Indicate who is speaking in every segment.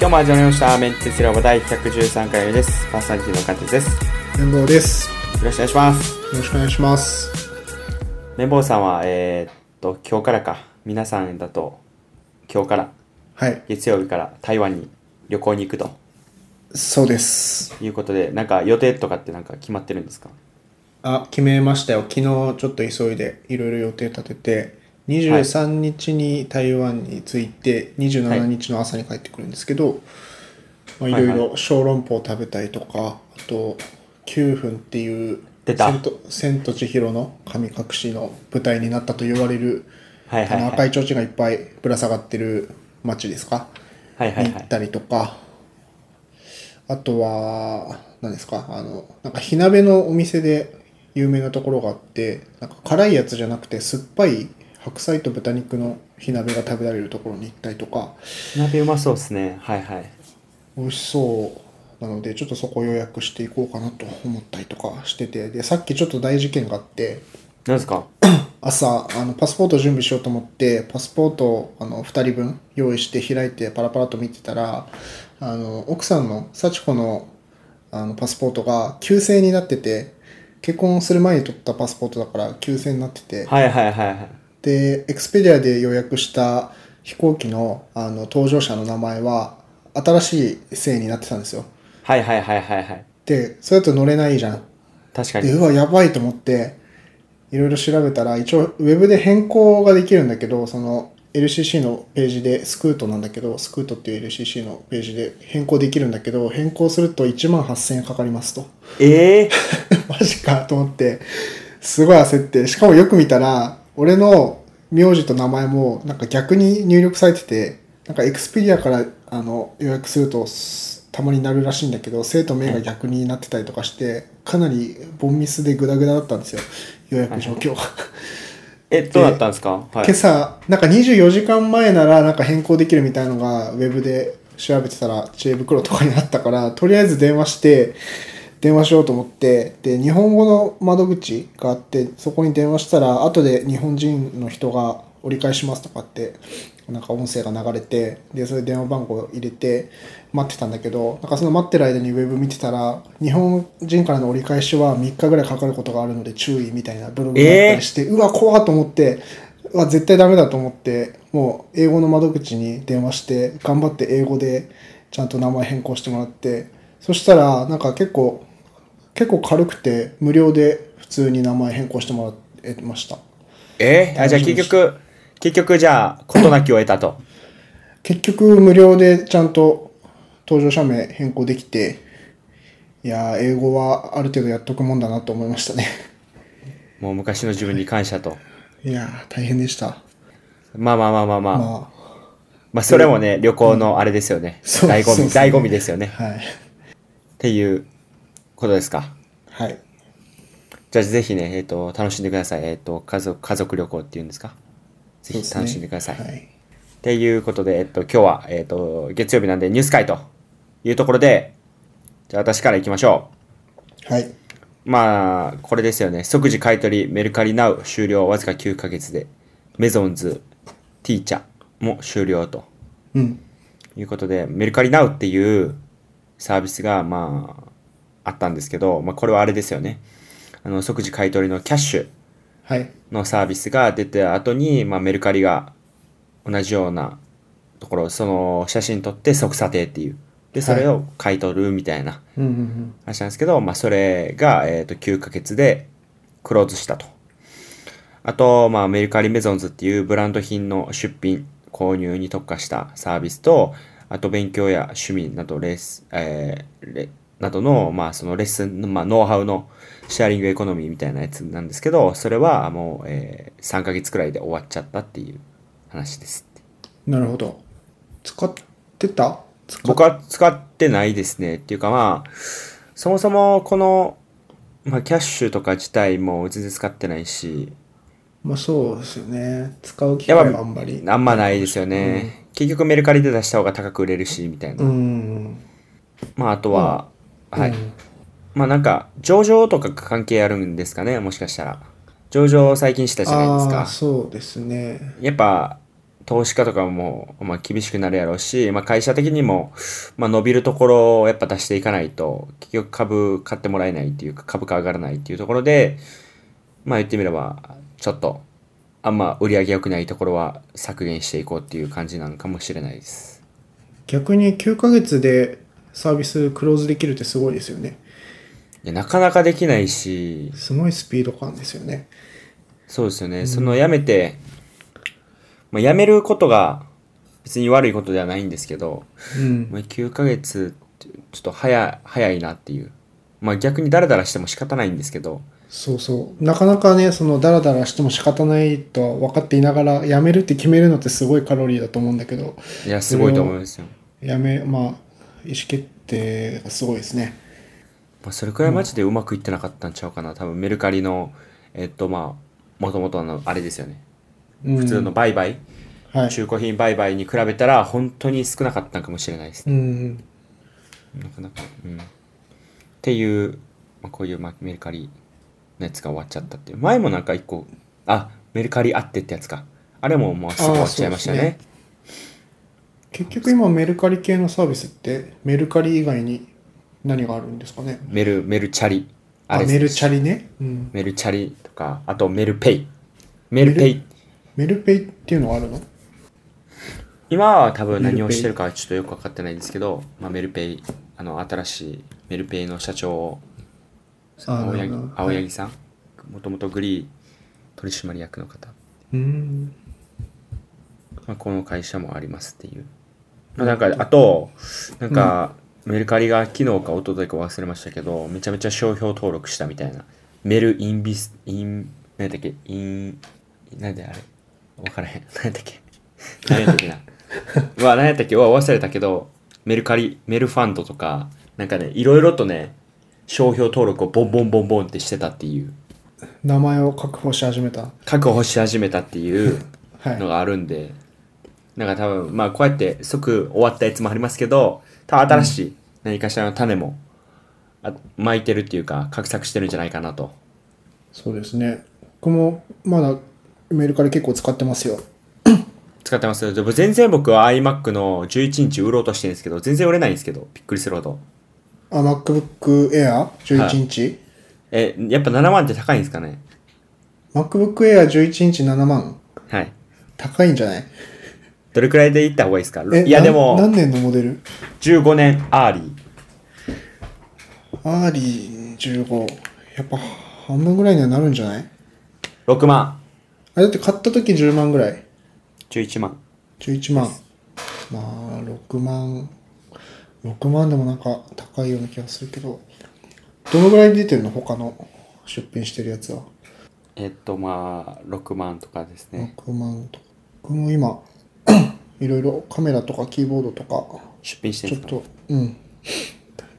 Speaker 1: 今日も始まりましたメンテスラボ第113回目ですパーソナリティのカンテツですよ
Speaker 2: 遠藤です。
Speaker 1: ろしくお願いします
Speaker 2: よろしくお願いします。
Speaker 1: 綿棒さんはえーっと今日からか皆さんだと今日から
Speaker 2: はい、
Speaker 1: 月曜日から台湾に旅行に行くと
Speaker 2: そうです。
Speaker 1: いうことでなんか予定とかってなんか決まってるんですか
Speaker 2: あ、決めましたよ。昨日ちょっと急いでいろいろ予定立てて、23日に台湾に着いて、27日の朝に帰ってくるんですけど、まあ
Speaker 1: はいい
Speaker 2: ろいろ小籠包食べたりとか、あと、9分っていう、
Speaker 1: 出た
Speaker 2: 千と千と千尋の神隠しの舞台になったと言われる、
Speaker 1: はいはい
Speaker 2: あ
Speaker 1: は
Speaker 2: の
Speaker 1: い
Speaker 2: 赤い提灯がいっぱいぶら下がってる街ですか
Speaker 1: はいはい
Speaker 2: に
Speaker 1: は
Speaker 2: 行っ
Speaker 1: い
Speaker 2: たりとか、あとは何ですかあのなんか火鍋のお店で有名なところがあってなんか辛いやつじゃなくて酸っぱい白菜と豚肉の火鍋が食べられるところに行ったりとか
Speaker 1: 鍋うまそうですねはいはい
Speaker 2: 美味しそうなのでちょっとそこ予約していこうかなと思ったりとかしててでさっきちょっと大事件があって
Speaker 1: なんですか
Speaker 2: 朝あのパスポート準備しようと思ってパスポートをあの2人分用意して開いてパラパラと見てたらあの奥さんの幸子のあのパスポートが旧姓になってて結婚する前に取ったパスポートだから旧姓になってて
Speaker 1: はいはいはいはい
Speaker 2: でエクスペディアで予約した飛行機のあの搭乗者の名前は新しい姓になってたんですよ
Speaker 1: はいはいはいはいはい
Speaker 2: でそれだと乗れないじゃん
Speaker 1: 確か
Speaker 2: で
Speaker 1: に
Speaker 2: うわやばいと思っていろいろ調べたら一応ウェブで変更ができるんだけどその LCC のページでスクートなんだけどスクートっていう LCC のページで変更できるんだけど変更すると1万8000円かかりますと
Speaker 1: ええ
Speaker 2: マジかと思ってすごい焦ってしかもよく見たら俺の名字と名前もなんか逆に入力されててなんかエクスペリアからあの予約するとすたまになるらしいんだけど生と名が逆になってたりとかしてかなりボンミスでグダグダだったんですよ予約状況が。
Speaker 1: えどうだったんですかはい
Speaker 2: 今朝なんか24時間前ならなんか変更できるみたいのがウェブで調べてたら知恵袋とかにあったからとりあえず電話して電話しようと思ってで日本語の窓口があってそこに電話したら後で日本人の人が折り返しますとかってなんか音声が流れてでそれで電話番号入れて待ってたんだけどなんかその待ってる間にウェブ見てたら日本人からの折り返しは3日ぐらいかかることがあるので注意みたいなブログがあったりして、うわ怖っと思ってうわ絶対ダメだと思ってもう英語の窓口に電話して頑張って英語でちゃんと名前変更してもらってそしたらなんか結構結構軽くて無料で普通に名前変更してもらえました
Speaker 1: えーあじゃあ結局結局じゃあ事なきを得たと
Speaker 2: 結局無料でちゃんと登場者名変更できていやー英語はある程度やっとくもんだなと思いましたね
Speaker 1: もう昔の自分に感謝と
Speaker 2: いやー大変でした
Speaker 1: まあまあまあまあまあ、まあ、
Speaker 2: まあ
Speaker 1: それもね旅行のあれですよね、
Speaker 2: そう
Speaker 1: 醍醐
Speaker 2: そう
Speaker 1: 味
Speaker 2: ですね
Speaker 1: 醍醐味ですよね
Speaker 2: はい
Speaker 1: っていうことですか
Speaker 2: はい
Speaker 1: じゃあぜひねえっ、と楽しんでくださいえっ、と家族家族旅行っていうんですかぜ
Speaker 2: そう
Speaker 1: ひ
Speaker 2: すね
Speaker 1: 楽しんでください、
Speaker 2: はい
Speaker 1: っていうことで、えっと、今日は、えっと、月曜日なんでニュース会というところで、じゃあ私から行きましょ
Speaker 2: はい、
Speaker 1: う。まあ、これですよね。即時買い取り、メルカリナウ終了わずか9ヶ月で、メゾンズ、ティーチャも終了と
Speaker 2: うん
Speaker 1: いうことで、メルカリナウっていうサービスが、まあ、あったんですけど、まあ、これはあれですよね。あの、即時買い取りのキャッシュ
Speaker 2: はい
Speaker 1: のサービスが出て後に、まあ、メルカリが同じようなところその写真撮って即査定っていうでそれを買い取るみたいな
Speaker 2: うんうんうん
Speaker 1: 話なんですけど、まあ、それが、えー、と9ヶ月でクローズしたとあと、まあ、メルカリメゾンズっていうブランド品の出品購入に特化したサービスとあと勉強や趣味などレース、えーレなどの,、まあそのレッスン、まあ、ノウハウのシェアリングエコノミーみたいなやつなんですけどそれはもう、えー3ヶ月くらいで終わっちゃったっていう話です
Speaker 2: なるほど使ってた使っ
Speaker 1: 僕は使ってないですねっていうかまあそもそもこの、まあ、キャッシュとか自体も全然使ってないし
Speaker 2: まあそうですよね使う機
Speaker 1: やっ
Speaker 2: 会
Speaker 1: ぱ
Speaker 2: はあんまり
Speaker 1: あんまないですよね、結局メルカリで出した方が高く売れるしみたいな、
Speaker 2: うん
Speaker 1: まああとは、はい、
Speaker 2: うん
Speaker 1: まあなんか上場とかが関係あるんですかねもしかしたら上場を最近したじゃないです
Speaker 2: ああー
Speaker 1: か
Speaker 2: そうですね
Speaker 1: やっぱ投資家とかも、まあ、厳しくなるやろうし、まあ、会社的にも、まあ、伸びるところをやっぱ出していかないと、結局株買ってもらえないっていうか、株価上がらないっていうところで、まあ言ってみれば、ちょっと、あんま売り上げ良くないところは削減していこうっていう感じなのかもしれないです。
Speaker 2: 逆に9ヶ月でサービスクローズできるってすごいですよね。
Speaker 1: いやなかなかできないし、
Speaker 2: すごいスピード感ですよね。
Speaker 1: そうですよね。その辞めて、まあ、辞めることが別に悪いことではないんですけど、
Speaker 2: うん。
Speaker 1: まあ、9ヶ月ってちょっと早早いなっていう。まあ逆にダラダラしても仕方ないんですけど、
Speaker 2: そうそう。なかなかね、そのダラダラしても仕方ないとは分かっていながら、辞めるって決めるのってすごいカロリーだと思うんだけど、
Speaker 1: いや、すごいと思いますよ。
Speaker 2: 辞め、まあ、意思決定がすごいですね。
Speaker 1: まあ、それくらいマジでうまくいってなかったんちゃうかな。多分メルカリの、えっとまあ、もともとのあれですよね。
Speaker 2: うん、
Speaker 1: 普通の。売買、
Speaker 2: はい。
Speaker 1: 中古品売買に比べたら本当に少なかったんかもしれないです。
Speaker 2: うん。
Speaker 1: なかなか。うん。っていう、まあ、こういう、まあ、メルカリのやつが終わっちゃったっていう。前もなんか一個、あ、メルカリあってってやつか。あれももうすぐ終わっちゃいました
Speaker 2: あーそう
Speaker 1: ね
Speaker 2: で。結局今メルカリ系のサービスって、メルカリ以外に何があるんですかね。
Speaker 1: メル、メルチャリ。
Speaker 2: あ
Speaker 1: あれです
Speaker 2: メルチャリね。うん。
Speaker 1: メルチャリとか、あとメルペイ。メルペイ。
Speaker 2: メルペイっていうのがあるの
Speaker 1: 今は多分何をしてるかちょっとよく分かってないんですけど、まあ、メルペイ、あの、新しいメルペイの社長、
Speaker 2: あ
Speaker 1: 青
Speaker 2: なるほ
Speaker 1: 柳
Speaker 2: ど
Speaker 1: 青柳さん、もともとグリー取締役の方、
Speaker 2: うん。
Speaker 1: まあ、この会社もありますっていう。まあ、なんか、あと、なんか、メルカリが昨日か一昨日か忘れましたけど、めちゃめちゃ商標登録したみたいな。メルインビス、イン、なんだっけ、イン、なんであれわからへん。 なんだっけ。何やったっけな。うわ、何やったっけうわ、忘れたけど、メルカリ、メルファンドとか、なんかね、いろいろとね、商標登録をボンボンボンボンってしてたっていう、
Speaker 2: 名前を確保し始めた。
Speaker 1: 確保し始めたっていう、
Speaker 2: はい。
Speaker 1: のがあるんで、なんか多分まあこうやって即終わったやつもありますけど多分新しい何かしらの種も、あ巻いてるっていうか画策してるんじゃないかなと
Speaker 2: そうですね。僕もまだメルカリ結構使ってますよ。
Speaker 1: 使ってますでも全然僕は iMac の11インチ売ろうとしてるんですけど全然売れないんですけどびっくりするほど
Speaker 2: あ、MacBook Air11 インチ、
Speaker 1: えやっぱ7万って高いんですかね
Speaker 2: ?MacBook Air11 インチ7万
Speaker 1: はい
Speaker 2: 高いんじゃない
Speaker 1: どれくらいでいった方がいいですか
Speaker 2: え、
Speaker 1: いや
Speaker 2: な
Speaker 1: でも
Speaker 2: 何年のモデル
Speaker 1: 15年アーリー
Speaker 2: アーリー15。やっぱ半分ぐらいにはなるんじゃない
Speaker 1: 6万
Speaker 2: あれだって買った時10万ぐらい。
Speaker 1: 11万
Speaker 2: 11万。まあ、6万。6万でもなんか高いような気がするけど。どのぐらい出てるの他の出品してるやつは。
Speaker 1: えっとまあ6万とかですね
Speaker 2: 6万とか。僕も今、 いろいろカメラとかキーボードとか、
Speaker 1: 出品して
Speaker 2: ち
Speaker 1: るん
Speaker 2: ょっ
Speaker 1: ですか
Speaker 2: と、うん。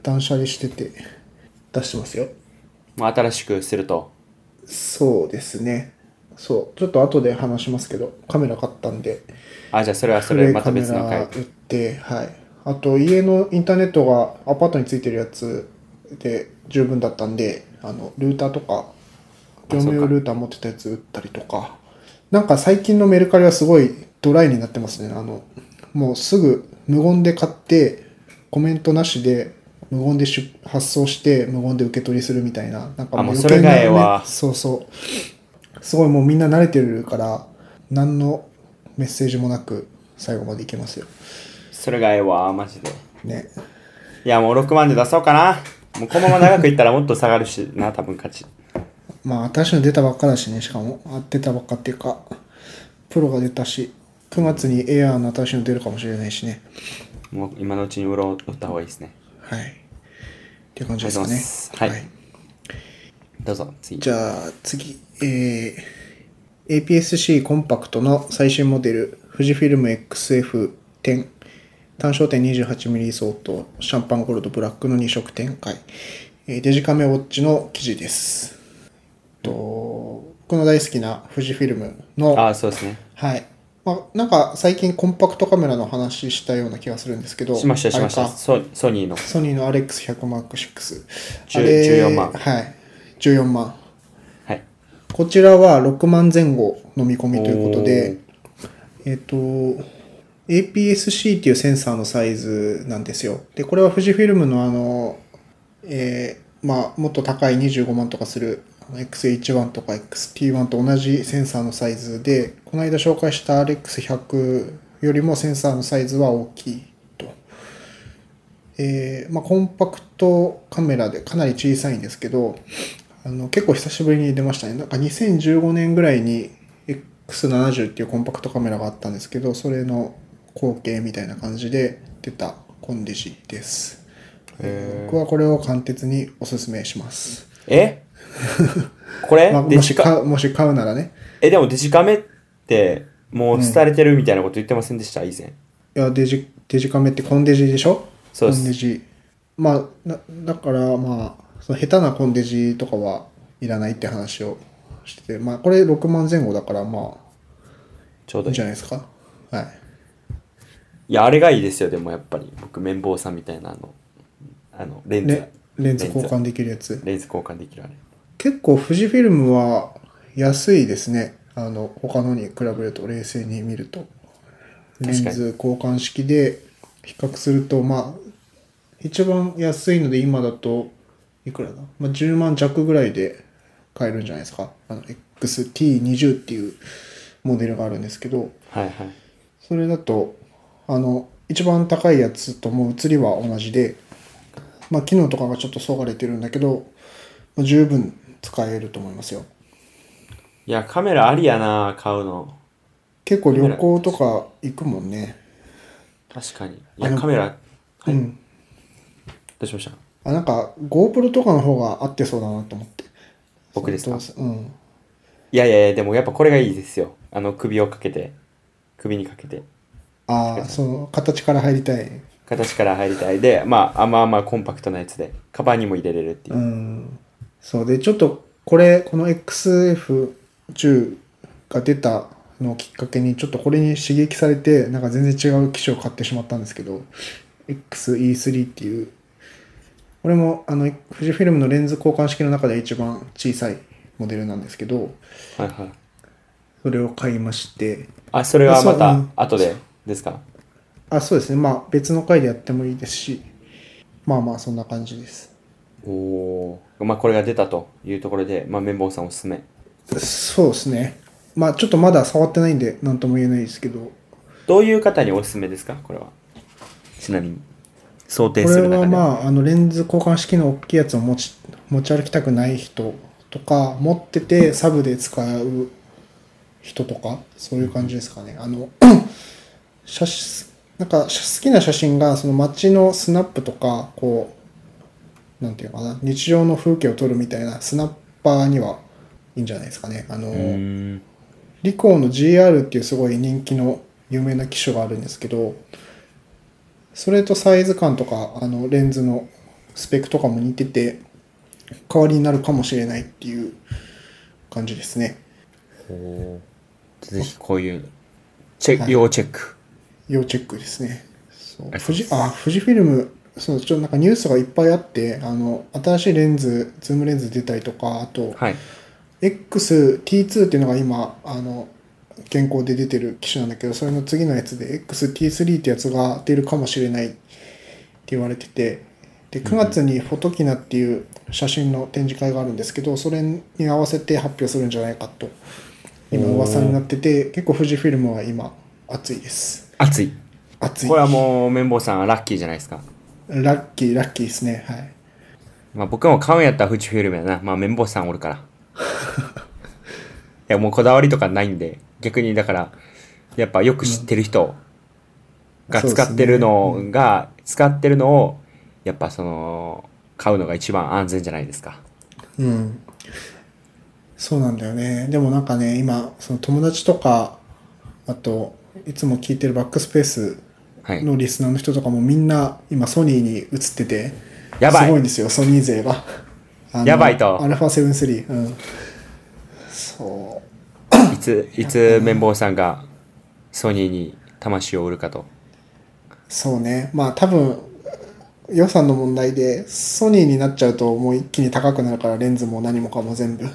Speaker 2: 断捨離してて、出してますよ。
Speaker 1: まあ新しくすると
Speaker 2: そうですね。そう。ちょっと後で話しますけど、カメラ買ったんで、
Speaker 1: あ、じゃあそれはそ
Speaker 2: 古
Speaker 1: れ
Speaker 2: い
Speaker 1: ま
Speaker 2: カ
Speaker 1: た
Speaker 2: メ
Speaker 1: 別の
Speaker 2: ラ
Speaker 1: 回。
Speaker 2: 売って、はい。あと、家のインターネットがアパートについてるやつで十分だったんで、あの、ルーターとか、業務用ルーター持ってたやつ売ったりとか、なんか最近のメルカリはすごいドライになってますね。あの、もうすぐ無言で買って、コメントなしで、無言で出発送して、無言で受け取りするみたいな、なんか
Speaker 1: あもう
Speaker 2: 余
Speaker 1: それ
Speaker 2: 計な
Speaker 1: がええわ
Speaker 2: そうそう。すごいもうみんな慣れてるから、何のメッセージもなく最後までいけますよ。
Speaker 1: それがええわ、マジで。
Speaker 2: ね。
Speaker 1: いや、もう6万で出そうかな。もうこのまま長くいったらもっと下がるしな、多分勝ち。
Speaker 2: まあ、新しいの出たばっかだしね、しかも。あ出たばっかっていうか、プロが出たし、9月にエアーの新しいの出るかもしれないしね。
Speaker 1: もう今のうちに売ろう、売った方がいいですね。
Speaker 2: はい。っていう感じですか
Speaker 1: ありがとうご。
Speaker 2: ね
Speaker 1: ざいますはいどうぞ、次。
Speaker 2: じゃあ、次。えー、APS-C コンパクトの最新モデル、富士フィルム XF10。単焦点 28mm 相当、シャンパンゴールドブラックの2色展開。えーデジカメウォッチの記事です。と僕の大好きな富士フィルムの
Speaker 1: あ、そうですね。
Speaker 2: はい。まあ、なんか最近コンパクトカメラの話したような気がするんですけど、
Speaker 1: しました、しまし
Speaker 2: あ
Speaker 1: た。
Speaker 2: れか
Speaker 1: ソソニーの。
Speaker 2: ソニーの RX100M6。
Speaker 1: 10
Speaker 2: あれ
Speaker 1: 14万
Speaker 2: はい。14万。
Speaker 1: はい。
Speaker 2: こちらは6万前後の見込みということで、えっと、APS-C っていうセンサーのサイズなんですよ。で、これは富士フィルムのあの、えーまあ、もっと高い25万とかする、あの XH1 とか XT1 と同じセンサーのサイズで、この間紹介した RX100 よりもセンサーのサイズは大きいと。えーまあ、コンパクトカメラでかなり小さいんですけど、あの結構久しぶりに出ましたね。なんか2015年ぐらいに X70 っていうコンパクトカメラがあったんですけど、それの後継みたいな感じで出たコンディジです。僕はこれを簡潔におすすめします。
Speaker 1: えこれ、
Speaker 2: まあ、
Speaker 1: デ
Speaker 2: も
Speaker 1: ジ
Speaker 2: し
Speaker 1: カ
Speaker 2: 買う、もし買うならね。
Speaker 1: え、でもデジカメってもう廃れてるみたいなこと言ってませんでした、以前。
Speaker 2: いや、デジ、デジカメってコンデジでしょ
Speaker 1: そうです
Speaker 2: コンデジ。まあ、なだから、まあ、その下手なコンデジとかはいらないって話をしてて、まあ、これ6万前後だから、ま
Speaker 1: ちょうど
Speaker 2: あ、いい
Speaker 1: い
Speaker 2: ん
Speaker 1: い
Speaker 2: じ。ゃないですか。はい。
Speaker 1: いや、あれがいいですよ、でもやっぱり。僕、綿棒さんみたいなあの、あの、レンズ。
Speaker 2: レレンズ交換できるやつ。
Speaker 1: レンズ交換できるあれ。
Speaker 2: 結構、富士フィルムは安いですね。あの、他のに比べると、冷静に見ると。レン
Speaker 1: 確かに
Speaker 2: ズ交換式で比較すると、まあ、一番安いので今だと、いくらだまあ、10万弱ぐらいで買えるんじゃないですか。あの、XT20 っていうモデルがあるんですけど、
Speaker 1: はいはい。
Speaker 2: それだと、あの、一番高いやつともう写りは同じで、まあ、機能とかがちょっとそがれてるんだけど、まあ十分使えると思いますよ。
Speaker 1: いや、カメラありやな、買うの。
Speaker 2: 結構旅行とか行くもんね。
Speaker 1: 確かに。い
Speaker 2: あ
Speaker 1: や、
Speaker 2: の
Speaker 1: カメラ、はい、
Speaker 2: う
Speaker 1: ど
Speaker 2: ん。
Speaker 1: うしました
Speaker 2: あ、なんか GoPro とかの方が合ってそうだなと思って。
Speaker 1: 僕ですか
Speaker 2: そうそううん。
Speaker 1: いやいやいや、でもやっぱこれがいいですよ。あの、首をかけて、首にかけて、
Speaker 2: ああ、その形から入りたい。
Speaker 1: 形から入りたい。で、まあ、あまあまあコンパクトなやつで、カバンにも入れれるっていうう。
Speaker 2: ん。そうで、ちょっとこれ、この XF10 が出たのをきっかけに、ちょっとこれに刺激されて、なんか全然違う機種を買ってしまったんですけど、XE3 っていう、これもあの、富士フィルムのレンズ交換式の中で一番小さいモデルなんですけど、
Speaker 1: はいはい。
Speaker 2: それを買いまして、
Speaker 1: あ、それはま
Speaker 2: あ
Speaker 1: た
Speaker 2: そううん
Speaker 1: 後でですか
Speaker 2: あ、そうですね。まあ、別の回でやってもいいですし、まあまあ、そんな感じです。
Speaker 1: おー。まあこれが出たというところで、まあ綿棒さんおすすめ。
Speaker 2: そうですね。まあ、ちょっとまだ触ってないんで、なんとも言えないですけど、こ
Speaker 1: どういう方におすすめですかこれは。ちなみに。想定す
Speaker 2: れ
Speaker 1: る中で。
Speaker 2: はまあ、あの、レンズ交換式の大きいやつを持ち、持ち歩きたくない人とか、持っててサブで使う人とか、そういう感じですかね。あの、 写真、なんか、好きな写真が、その街のスナップとか、こう、なんていうのかな、日常の風景を撮るみたいな、スナッパーにはいいんじゃないですかね。あの、
Speaker 1: うーん。
Speaker 2: リコーの GR っていうすごい人気の有名な機種があるんですけどそれとサイズ感とかあのレンズのスペックとかも似てて代わりになるかもしれないっていう感じですね
Speaker 1: おーぜひこういう、チェック、要チェック。
Speaker 2: 要チェックですねそう
Speaker 1: あ
Speaker 2: 富士あ富士フィルムそうちょっとなんかニュースがいっぱいあってあの新しいレンズズームレンズ出たりとかあと
Speaker 1: はい。
Speaker 2: XT2 っていうのが今あの現行で出てる機種なんだけどそれの次のやつで XT3 ってやつが出るかもしれないって言われててで9月にフォトキナっていう写真の展示会があるんですけどそれに合わせて発表するんじゃないかと今噂になってて結構富士フィルムは今熱いです
Speaker 1: 熱い。
Speaker 2: 熱い
Speaker 1: これ
Speaker 2: ラ
Speaker 1: はもう綿棒さんはラッキーじゃないですか。
Speaker 2: ッキーラッキーですねはい
Speaker 1: まあ僕も買うんやったらフジフィルムやな。まあ綿棒さんおるから。い やもうこだわりとかないんで、逆にだから、やっぱよく知ってる人が使ってるのが、使ってるのを、やっぱその、買うのが一番安全じゃないですか。
Speaker 2: うん。そうなんだよね。でもなんかね、今、その友達とか、あと、いつも聞いてるバックスペース
Speaker 1: はい。
Speaker 2: のリスナーの人とかもみんな今ソニーに移ってて、
Speaker 1: やばい
Speaker 2: すごいんですよ、ソニー勢 が。あの
Speaker 1: やばいと
Speaker 2: アルファ7-3。うん。そう。
Speaker 1: いつ、いつ綿棒さんがソニーに魂を売るかと。
Speaker 2: そうね。まあ多分、予算の問題で、ソニーになっちゃうともう一気に高くなるから、レンズも何もかも全部。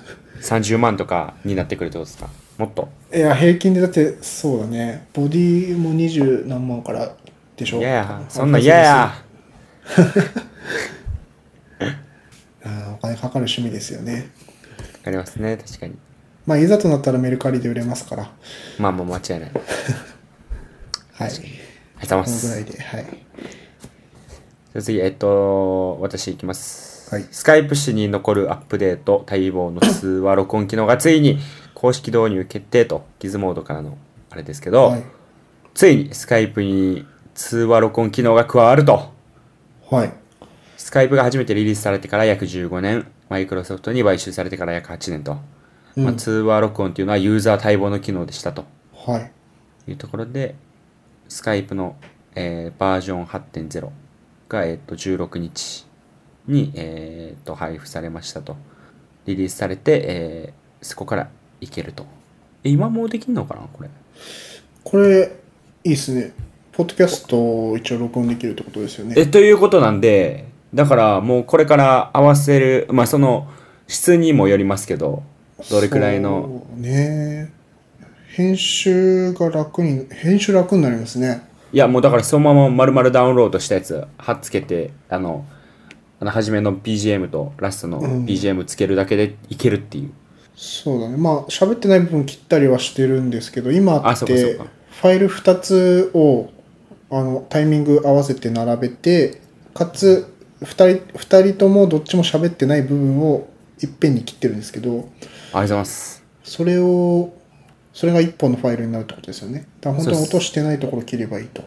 Speaker 1: 30万とかになってくるってことですか。もっと。
Speaker 2: いや平均でだってそうだねボディも二十何万からでしょ
Speaker 1: いやや、そんなん嫌や。
Speaker 2: あーお金かかる趣味ですよね
Speaker 1: わかりますね、確かに。
Speaker 2: まあいざとなったらメルカリで売れますから
Speaker 1: まあもう間違いない。ありがとう
Speaker 2: はい
Speaker 1: ございま
Speaker 2: このぐら
Speaker 1: す。
Speaker 2: いではい
Speaker 1: じゃあ次、えっと、私いきます。
Speaker 2: はい
Speaker 1: スカイプ誌に残るアップデート、待望の通話録音機能がついに 公式導入決定と、ギズモードからのあれですけど、
Speaker 2: はい
Speaker 1: ついにスカイプに通話録音機能が加わると。
Speaker 2: はい
Speaker 1: スカイプが初めてリリースされてから約15年、マイクロソフトに買収されてから約8年と。
Speaker 2: うん
Speaker 1: まあ、通話録音というのはユーザー待望の機能でしたと
Speaker 2: はい
Speaker 1: いうところで、スカイプの、えーバージョン8.0が、えー、と16日に、えー、と配布されましたと。リリースされて、えーそこからいけると。え今もうできんのかなこれ。
Speaker 2: これいいっすねポッドキャストを一応録音できるってことですよね
Speaker 1: えということなんでだからもうこれから合わせるまあその質にもよりますけどどれくらいの
Speaker 2: そうね編集が楽に編集楽になりますね
Speaker 1: いやもうだからそのまま丸々ダウンロードしたやつ貼っつけてあのあの初めの BGM とラストの BGM つけるだけでいけるっていう、
Speaker 2: そうだねまあ喋ってない部分切ったりはしてるんですけど今
Speaker 1: あ
Speaker 2: っ
Speaker 1: そうかそう
Speaker 2: て
Speaker 1: か
Speaker 2: ファイル2つをあのタイミング合わせて並べてかつ2人 ,2 人ともどっちも喋ってない部分をいっぺんに切ってるんですけど
Speaker 1: ありがとうございます
Speaker 2: それをそれが1本のファイルになるってことですよねだから本当に
Speaker 1: そうです
Speaker 2: 音してないところ切ればいいと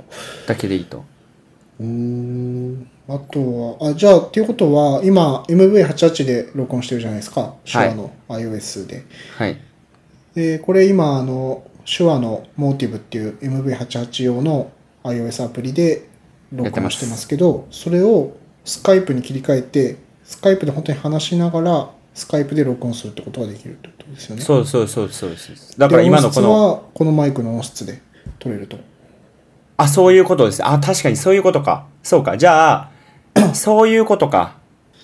Speaker 1: だけでいいと
Speaker 2: うーんあとはあじゃあっていうことは今 MV88 で録音してるじゃないですか手話の iOS で、
Speaker 1: はい
Speaker 2: でこれ今あの手話のモーティブっていう MV88 用の iOS アプリで
Speaker 1: やって
Speaker 2: 録
Speaker 1: ま
Speaker 2: 音
Speaker 1: す
Speaker 2: してますけどそれをスカイプに切り替えてスカイプで本当に話しながらスカイプで録音するってことができるってことですよね
Speaker 1: そうそうそうそうですだから今のこ
Speaker 2: で音
Speaker 1: の
Speaker 2: 質はこのマイクの音質で撮れると
Speaker 1: あそういうことですあ確かにそういうことかそうかじゃあ そういうことか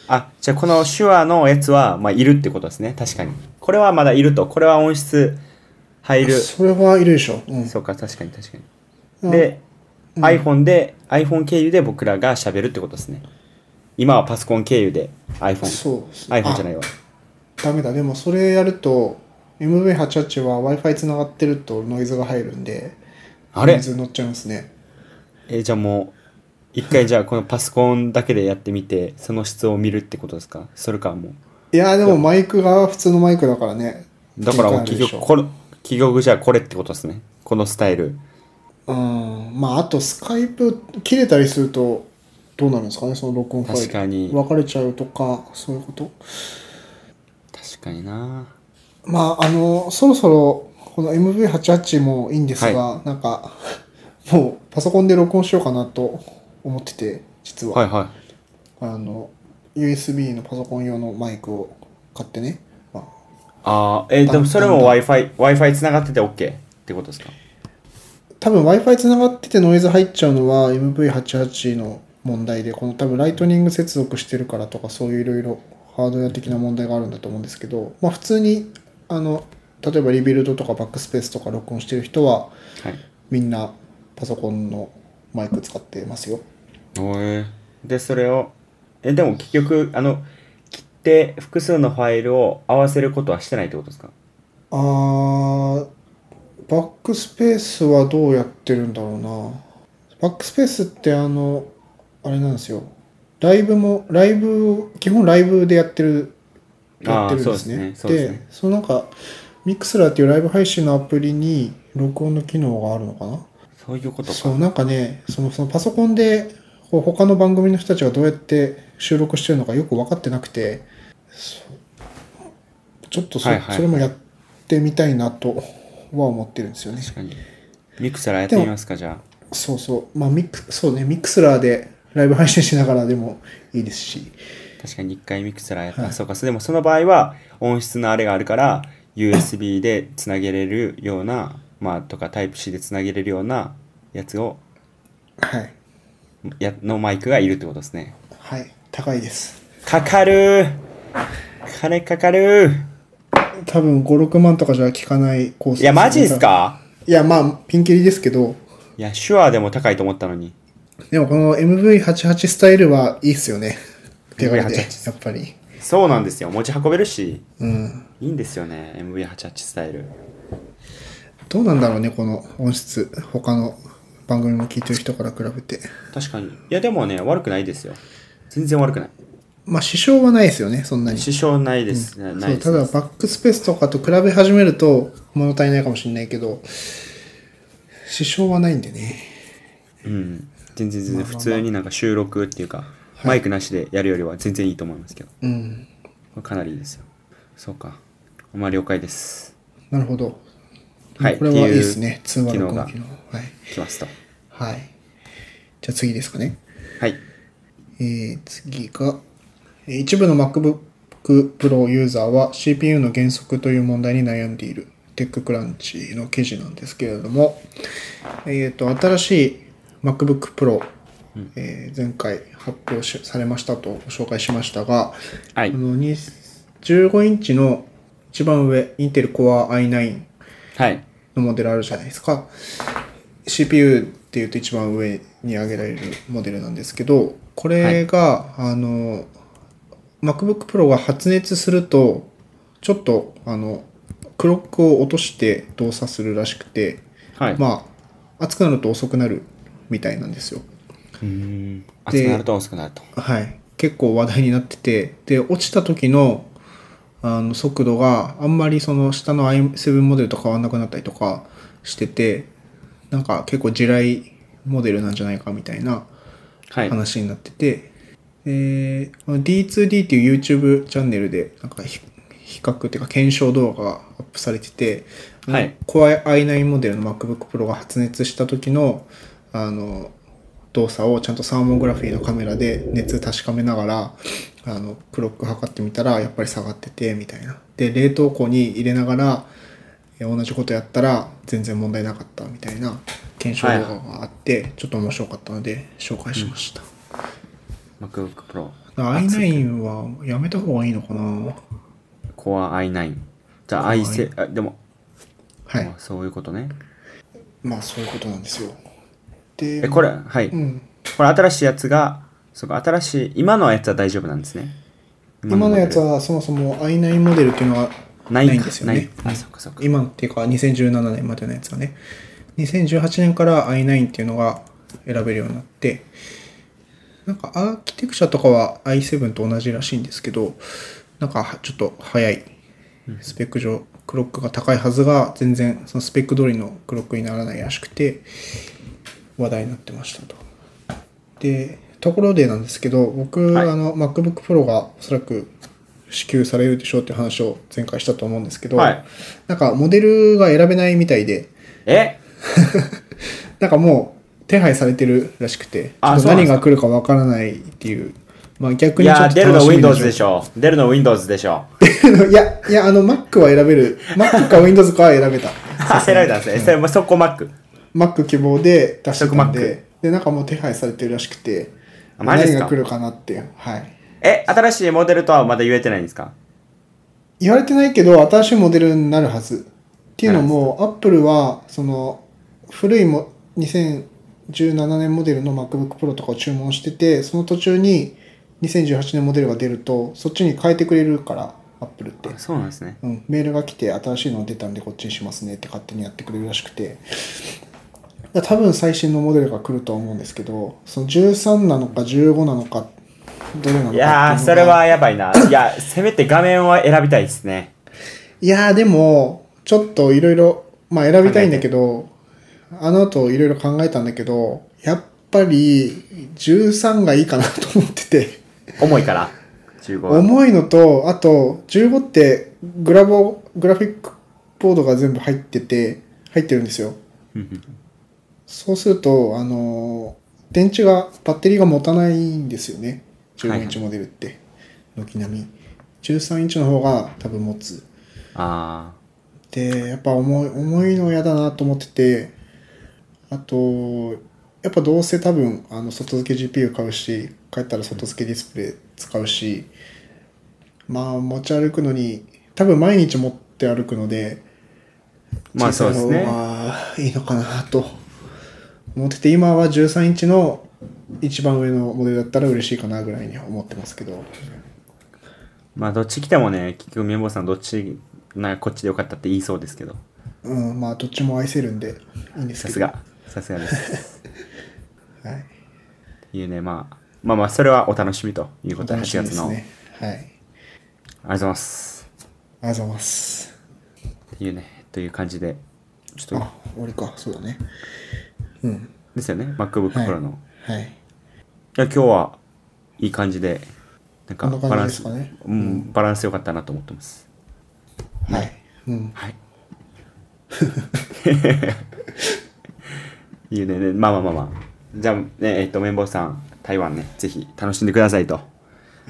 Speaker 1: あじゃあこの手話のやつは、まあ、いるってことですね確かにこれはまだいるとこれは音質入る
Speaker 2: それはいるでしょ、うん、
Speaker 1: そうか確かに確か
Speaker 2: う
Speaker 1: に
Speaker 2: ん
Speaker 1: で、iPhone で iPhone 経由で僕らが喋るってことですね今はパソコン経由で iPhone
Speaker 2: そう
Speaker 1: iPhone じゃないわ
Speaker 2: ダメだでもそれやると MV88 は w i f i つながってるとノイズが入るんで
Speaker 1: あれ
Speaker 2: ノイズ乗っちゃいますね
Speaker 1: えじゃあもう一回じゃあこのパソコンだけでやってみてその質を見るってことですかそれかもう
Speaker 2: いやでもマイクが普通のマイクだからね
Speaker 1: だからもう
Speaker 2: 切
Speaker 1: 結
Speaker 2: り替えるでし
Speaker 1: 局
Speaker 2: ょ
Speaker 1: これ結局じゃあこれってことですねこのスタイル
Speaker 2: うんまああとスカイプ切れたりするとどうなるんですかねその録音ファイル
Speaker 1: 確かに
Speaker 2: 分かれちゃうとかそういうこと
Speaker 1: 確かにな
Speaker 2: まああのそろそろこの MV88 もいいんですが、なんか もうパソコンで録音しようかなと思ってて実は、
Speaker 1: はいはい
Speaker 2: あの USB のパソコン用のマイクを買ってね、まあ
Speaker 1: あーえでもそれも w i f i w i f i つながってて OK ってことですか
Speaker 2: 多分 Wi-Fi つながっててノイズ入っちゃうのは MV88 の問題でこの多分ライトニング接続してるからとかそういういろいろハードウェア的な問題があるんだと思うんですけど、まあ、普通にあの例えばリビルドとかバックスペースとか録音してる人は
Speaker 1: はい
Speaker 2: みんなパソコンのマイク使ってますよ
Speaker 1: おえでそれをえでも結局あの切って複数のファイルを合わせることはしてないってことですか
Speaker 2: あーバックスペースはどうやってるんだろうなバックスペースってあのあれなんですよライブもライブ基本ライブでやってる
Speaker 1: あー
Speaker 2: やってるんですね
Speaker 1: そうですねそうですね
Speaker 2: そのなんかミクスラーっていうライブ配信のアプリに録音の機能があるのかな
Speaker 1: そういうこと
Speaker 2: そ
Speaker 1: か
Speaker 2: うなんかねそのそのパソコンでこう他の番組の人たちがどうやって収録してるのかよく分かってなくてそうちょっとそ,、
Speaker 1: はいはい
Speaker 2: それもやってみたいなとは思ってるんですよね
Speaker 1: 確かにミクサラやってみますかじゃあ
Speaker 2: そうそうまあミクそうねミクスラーでライブ配信しながらでもいいですし
Speaker 1: 確かに一回ミクサラやった、あそうかそうでもその場合は音質のあれがあるから USB でつなげれるようなまあとかタイプ C でつなげれるようなやつを
Speaker 2: はい
Speaker 1: やのマイクがいるってことですね
Speaker 2: はい高いです
Speaker 1: かかるー金かかるー
Speaker 2: 多分5、6万とかじゃ効かないコース
Speaker 1: いや、マジっすか
Speaker 2: いや、まあ、ピンキリですけど、
Speaker 1: いや、手話でも高いと思ったのに。
Speaker 2: でもこの MV88 スタイルはいいっすよね。手軽で、や
Speaker 1: MV88
Speaker 2: っぱり。
Speaker 1: そうなんですよ。持ち運べるし、
Speaker 2: うん。
Speaker 1: いいんですよね。MV88 スタイル。
Speaker 2: どうなんだろうね、この音質。他の番組も聞いてる人から比べて。
Speaker 1: 確かに。いや、でもね、悪くないですよ。全然悪くない。
Speaker 2: まあ、支障はないですよね、そんなに。
Speaker 1: 支障ないです。ねない
Speaker 2: そう
Speaker 1: です
Speaker 2: た。だバックスペースとかと比べ始めると物足りないかもしれないけど支障はないんでね
Speaker 1: うん。全然全然、普通になんか収録っていうか、マイクなしでやるよりは全然いいと思いますけど。
Speaker 2: うん
Speaker 1: これかなりいいですよ。そうか。まあ、了解です。
Speaker 2: なるほど、
Speaker 1: はい。
Speaker 2: これはいいですね
Speaker 1: って
Speaker 2: 通
Speaker 1: いう
Speaker 2: 話
Speaker 1: 機能
Speaker 2: 録音
Speaker 1: が
Speaker 2: 機能はい、
Speaker 1: 来ますと。
Speaker 2: はい、じゃあ次ですかね
Speaker 1: はい。
Speaker 2: えー次が、えー一部の MacBook Pro ユーザーは CPU の減速という問題に悩んでいる。テッククランチの記事なんですけれども、えっ、と、新しい MacBook Pro、えー前回発表しされましたとご紹介しましたが、
Speaker 1: はい
Speaker 2: このに15インチの一番上、インテル Core i9
Speaker 1: はい。
Speaker 2: のモデルあるじゃないですか。CPU っていうと一番上に上げられるモデルなんですけど、これが、あの、MacBook Pro が発熱すると、ちょっと、あの、クロックを落として動作するらしくて、
Speaker 1: はい。
Speaker 2: まあ、熱くなると遅くなるみたいなんですよ。
Speaker 1: うーん。熱くなると薄くなると。
Speaker 2: はい、結構話題になっててで落ちた時のあの速度があんまりその下の i7 モデルと変わんなくなったりとかしててなんか結構地雷モデルなんじゃないかみたいな
Speaker 1: はい。
Speaker 2: 話になってて、でこの D2D っていう YouTube チャンネルでなんかひ比較っていうか検証動画がアップされてて、
Speaker 1: はい、
Speaker 2: Core i9 モデルの MacBook Pro が発熱した時のあの動作をちゃんとサーモグラフィーのカメラで熱確かめながらあのクロック測ってみたらやっぱり下がっててみたいなで冷凍庫に入れながらえ同じことやったら全然問題なかったみたいな検証動画があって、ちょっと面白かったので紹介しました、
Speaker 1: MacBook Pro。
Speaker 2: i9 はやめた方がいいのかな
Speaker 1: Core i9。じゃあ i7、あでも、
Speaker 2: はい、
Speaker 1: まあそういうことね。
Speaker 2: まあそういうことなんですよで
Speaker 1: え、これ、はい。
Speaker 2: うん、
Speaker 1: これ新しいやつが、そうか、新しい、今のやつは大丈夫なんですね。
Speaker 2: 今のやつ
Speaker 1: モ
Speaker 2: はそもそも i9 モデルっていうのは
Speaker 1: デル
Speaker 2: な
Speaker 1: ない
Speaker 2: いん
Speaker 1: ん
Speaker 2: で
Speaker 1: ですす
Speaker 2: よ
Speaker 1: よ
Speaker 2: ね
Speaker 1: ね。ないあ、そうかそうか。
Speaker 2: 今っていうか2017年までのやつはね2018年から i9 っていうのが選べるようになってなんかアーキテクチャとかは i7 と同じらしいんですけどなんかちょっと早いスペック上クロックが高いはずが全然そのスペック通りのクロックにならないらしくて話題になってましたとでところでなんですけど僕、
Speaker 1: はい
Speaker 2: あの MacBook Pro がおそらく支給されるでしょうっていう話を前回したと思うんですけど、
Speaker 1: はい
Speaker 2: なんかモデルが選べないみたいで、
Speaker 1: え
Speaker 2: なんかもう手配されてるらしくて、
Speaker 1: あ
Speaker 2: ちょっ
Speaker 1: そう
Speaker 2: と
Speaker 1: なんで
Speaker 2: 何
Speaker 1: すか
Speaker 2: が来るかわからないっていう、まあ逆
Speaker 1: い
Speaker 2: にちょ
Speaker 1: やー、
Speaker 2: っと
Speaker 1: 出るの
Speaker 2: 楽しみ
Speaker 1: Windows でしょ。出るの Windows でしょ。
Speaker 2: ょ。いや、いや、あの Mac は選べる。Mac か Windows かは選べた。
Speaker 1: あ、せられたんですね。それもそこ Mac。
Speaker 2: Mac 希望で出してたん
Speaker 1: 取得
Speaker 2: で、で、なんかもう手配されてるらしくて、
Speaker 1: あマジっす
Speaker 2: 何
Speaker 1: か
Speaker 2: が来るかなっていう、はい。
Speaker 1: え、新しいモデルとはまだ言えてないんですか
Speaker 2: 言われてないけど新しいモデルになるはずっていうのもアップルはその古いも2017年モデルの MacBookPro とかを注文しててその途中に2018年モデルが出るとそっちに変えてくれるからアップルって、
Speaker 1: そうなんですね。
Speaker 2: うん、メールが来て新しいの出たんでこっちにしますねって勝手にやってくれるらしくてだから多分最新のモデルが来るとは思うんですけどその13なのか15なのかどれな
Speaker 1: い
Speaker 2: のかって
Speaker 1: う
Speaker 2: のが
Speaker 1: やー、それはやばいな。いや、せめて画面は選びたいですね。
Speaker 2: いやーでもちょっといろいろまあ選びたいんだけどあの後いろいろ考えたんだけどやっぱり13がいいかなと思ってて
Speaker 1: 重いから。15は。
Speaker 2: 重いのとあと15ってグラボグラフィックボードが全部入ってて入ってるんですよそうするとあのー電池がバッテリーが持たないんですよね15インチモデルって軒並み13インチの方が多分持つ
Speaker 1: あ
Speaker 2: でやっぱ重い重いの嫌だなと思っててあとやっぱどうせ多分あの外付け GPU 買うし帰ったら外付けディスプレイ使うしまあ持ち歩くのに多分毎日持って歩くので、
Speaker 1: まあそうです
Speaker 2: 小さい方
Speaker 1: ね。
Speaker 2: がいいのかなと思ってて、今は13インチの一番上のモデルだったら嬉しいかなぐらいに思ってますけど。
Speaker 1: まあどっち来てもね、結局、綿棒さんどっち、なこっちでよかったって言いそうですけど、
Speaker 2: うん、まあどっちも愛せるんでいいんです
Speaker 1: さ
Speaker 2: け
Speaker 1: す
Speaker 2: ど。
Speaker 1: が、さすがです。
Speaker 2: はい。
Speaker 1: っていうね、まあ、まあまあ、それはお楽しみということで、
Speaker 2: 楽し
Speaker 1: 8
Speaker 2: みで
Speaker 1: 月
Speaker 2: す
Speaker 1: の。あり
Speaker 2: ね。はい。あり
Speaker 1: がとうございます。
Speaker 2: がとうございます。
Speaker 1: っていうね、という感じで、ちょっと
Speaker 2: あ、、俺か。そうだね。うん。
Speaker 1: ですよね、MacBook
Speaker 2: はい
Speaker 1: Pro の。い、
Speaker 2: はい。
Speaker 1: や、今日はいい感じで、なんか
Speaker 2: こんな
Speaker 1: バラ
Speaker 2: 感
Speaker 1: ンス、
Speaker 2: じですかね
Speaker 1: うん、バランス良かったなと思ってます。
Speaker 2: はい。うん。
Speaker 1: はい。いいねね、まあまあまあまあ。じゃあ、ね、えっと、綿棒さん、台湾ね、ぜひ楽しんでくださいと。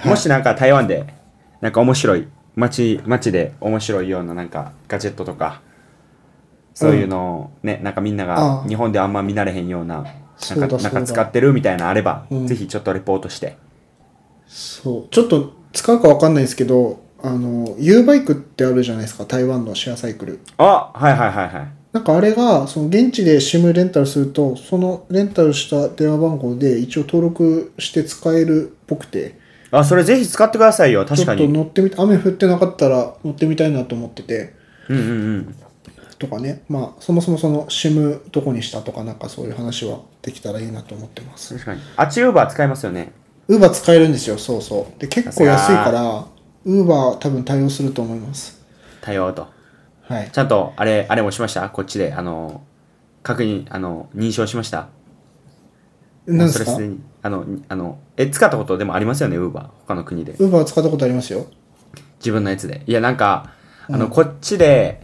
Speaker 1: もしなんか台湾で、なんか面白い、街、街で面白いようななんかガジェットとか、そういうのをね、なんかみんな
Speaker 2: あ
Speaker 1: が
Speaker 2: あ
Speaker 1: 日本であんま見慣れへんような、
Speaker 2: そう
Speaker 1: なん
Speaker 2: だ
Speaker 1: かなん
Speaker 2: そう
Speaker 1: か使
Speaker 2: だ
Speaker 1: ってるみたいなのあれば、
Speaker 2: うん
Speaker 1: ぜひちょっとレポートして。
Speaker 2: そう。ちょっと使うかわかんないですけど、あの、U バイクってあるじゃないですか。台湾のシェアサイクル。
Speaker 1: あはいはいはいはい。
Speaker 2: なんかあれが、その現地で SIM レンタルすると、そのレンタルした電話番号で一応登録して使えるっぽくて、
Speaker 1: あ、それぜひ使ってくださいよ、確
Speaker 2: ちょ
Speaker 1: か
Speaker 2: っと
Speaker 1: に。
Speaker 2: 乗ってみて、雨降ってなかったら乗ってみたいなと思ってて、
Speaker 1: うんうんうん。
Speaker 2: とかね、まあ、そもそもその SIM どこにしたとか、なんかそういう話はできたらいいなと思ってます。
Speaker 1: 確かに。あっち Uber 使いますよね。
Speaker 2: ウーバー使えるんですよ、そうそう。で、結構安い
Speaker 1: さ
Speaker 2: か
Speaker 1: す
Speaker 2: ら、ウーバー多分対応すると思います。
Speaker 1: 対応と。
Speaker 2: はい。
Speaker 1: ちゃんと、あれ、あれもしましたこっちで、あの、確認、あの、認証しました
Speaker 2: なんです
Speaker 1: もう
Speaker 2: か
Speaker 1: それでに、あの、にあの、え、使ったことでもありますよね、Uber。他の国で。
Speaker 2: ウーバー使ったことありますよ。
Speaker 1: 自分のやつで。いや、なんか、あの、こっちで、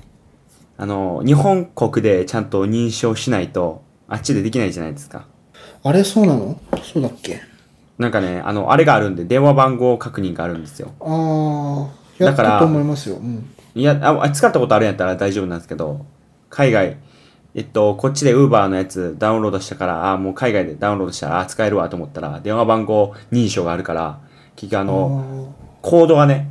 Speaker 1: あの、日本国でちゃんと認証しないと、あっちでできないじゃないですか。
Speaker 2: あれ、そうなのそうだっけ
Speaker 1: なんかね、あの、あれがあるんで、電話番号確認があるんですよ。
Speaker 2: ああ、や
Speaker 1: だ
Speaker 2: っ
Speaker 1: から
Speaker 2: たと思いますよ。うん。
Speaker 1: いや、ああ使ったことあるんやったら大丈夫なんですけど、海外、えっと、こっちで Uber のやつダウンロードしたから、あもう海外でダウンロードしたら、あ使えるわと思ったら、電話番号認証があるから、結局あの、コードがね、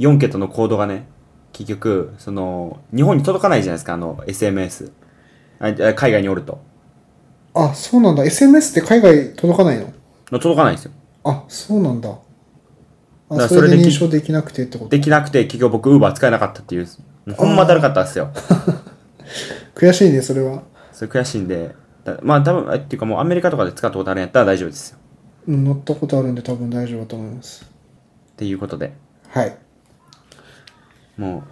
Speaker 1: 4桁のコードがね、結局、その、日本に届かないじゃないですか、あの、SMS。ああ海外におると。
Speaker 2: あ、そうなんだ。SMS って海外届かないの
Speaker 1: の届かないんですよ。
Speaker 2: あ、そうなんだ。
Speaker 1: だか
Speaker 2: あ、
Speaker 1: ら
Speaker 2: それ
Speaker 1: それ
Speaker 2: で
Speaker 1: でき
Speaker 2: 認証できなくてってこと
Speaker 1: できなくて、結局僕 Uber 使えなかったっていう、もうほんまだるかったんですよ。
Speaker 2: 悔しいね、それは。
Speaker 1: それ悔しいんで、だまあ多分、あっていうかもうアメリカとかで使ったことあるんやったら大丈夫ですよ。
Speaker 2: うん乗ったことあるんで多分大丈夫だと思います。
Speaker 1: っていうことで。
Speaker 2: はい。
Speaker 1: もう、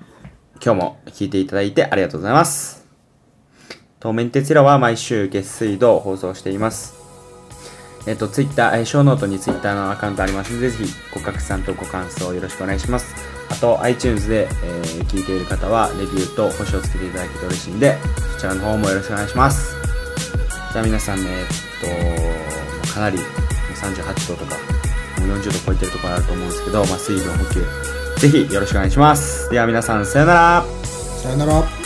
Speaker 1: 今日も聞いていただいてありがとうございます。当面鉄ラは毎週月水土放送しています。えっと、ツイッター、えーショーノートにツイッターのアカウントありますので、ぜひご拡散とご感想よろしくお願いします。あと、iTunes で、えー聞いている方は、レビューと星をつけていただけると嬉しいんで、そちらの方もよろしくお願いします。じゃあ皆さんね、えっと、かなりもう38度とか、もう40度超えてるところあると思うんですけど、まあ、水分補給、ぜひよろしくお願いします。では皆さん、さよなら。
Speaker 2: さよなら。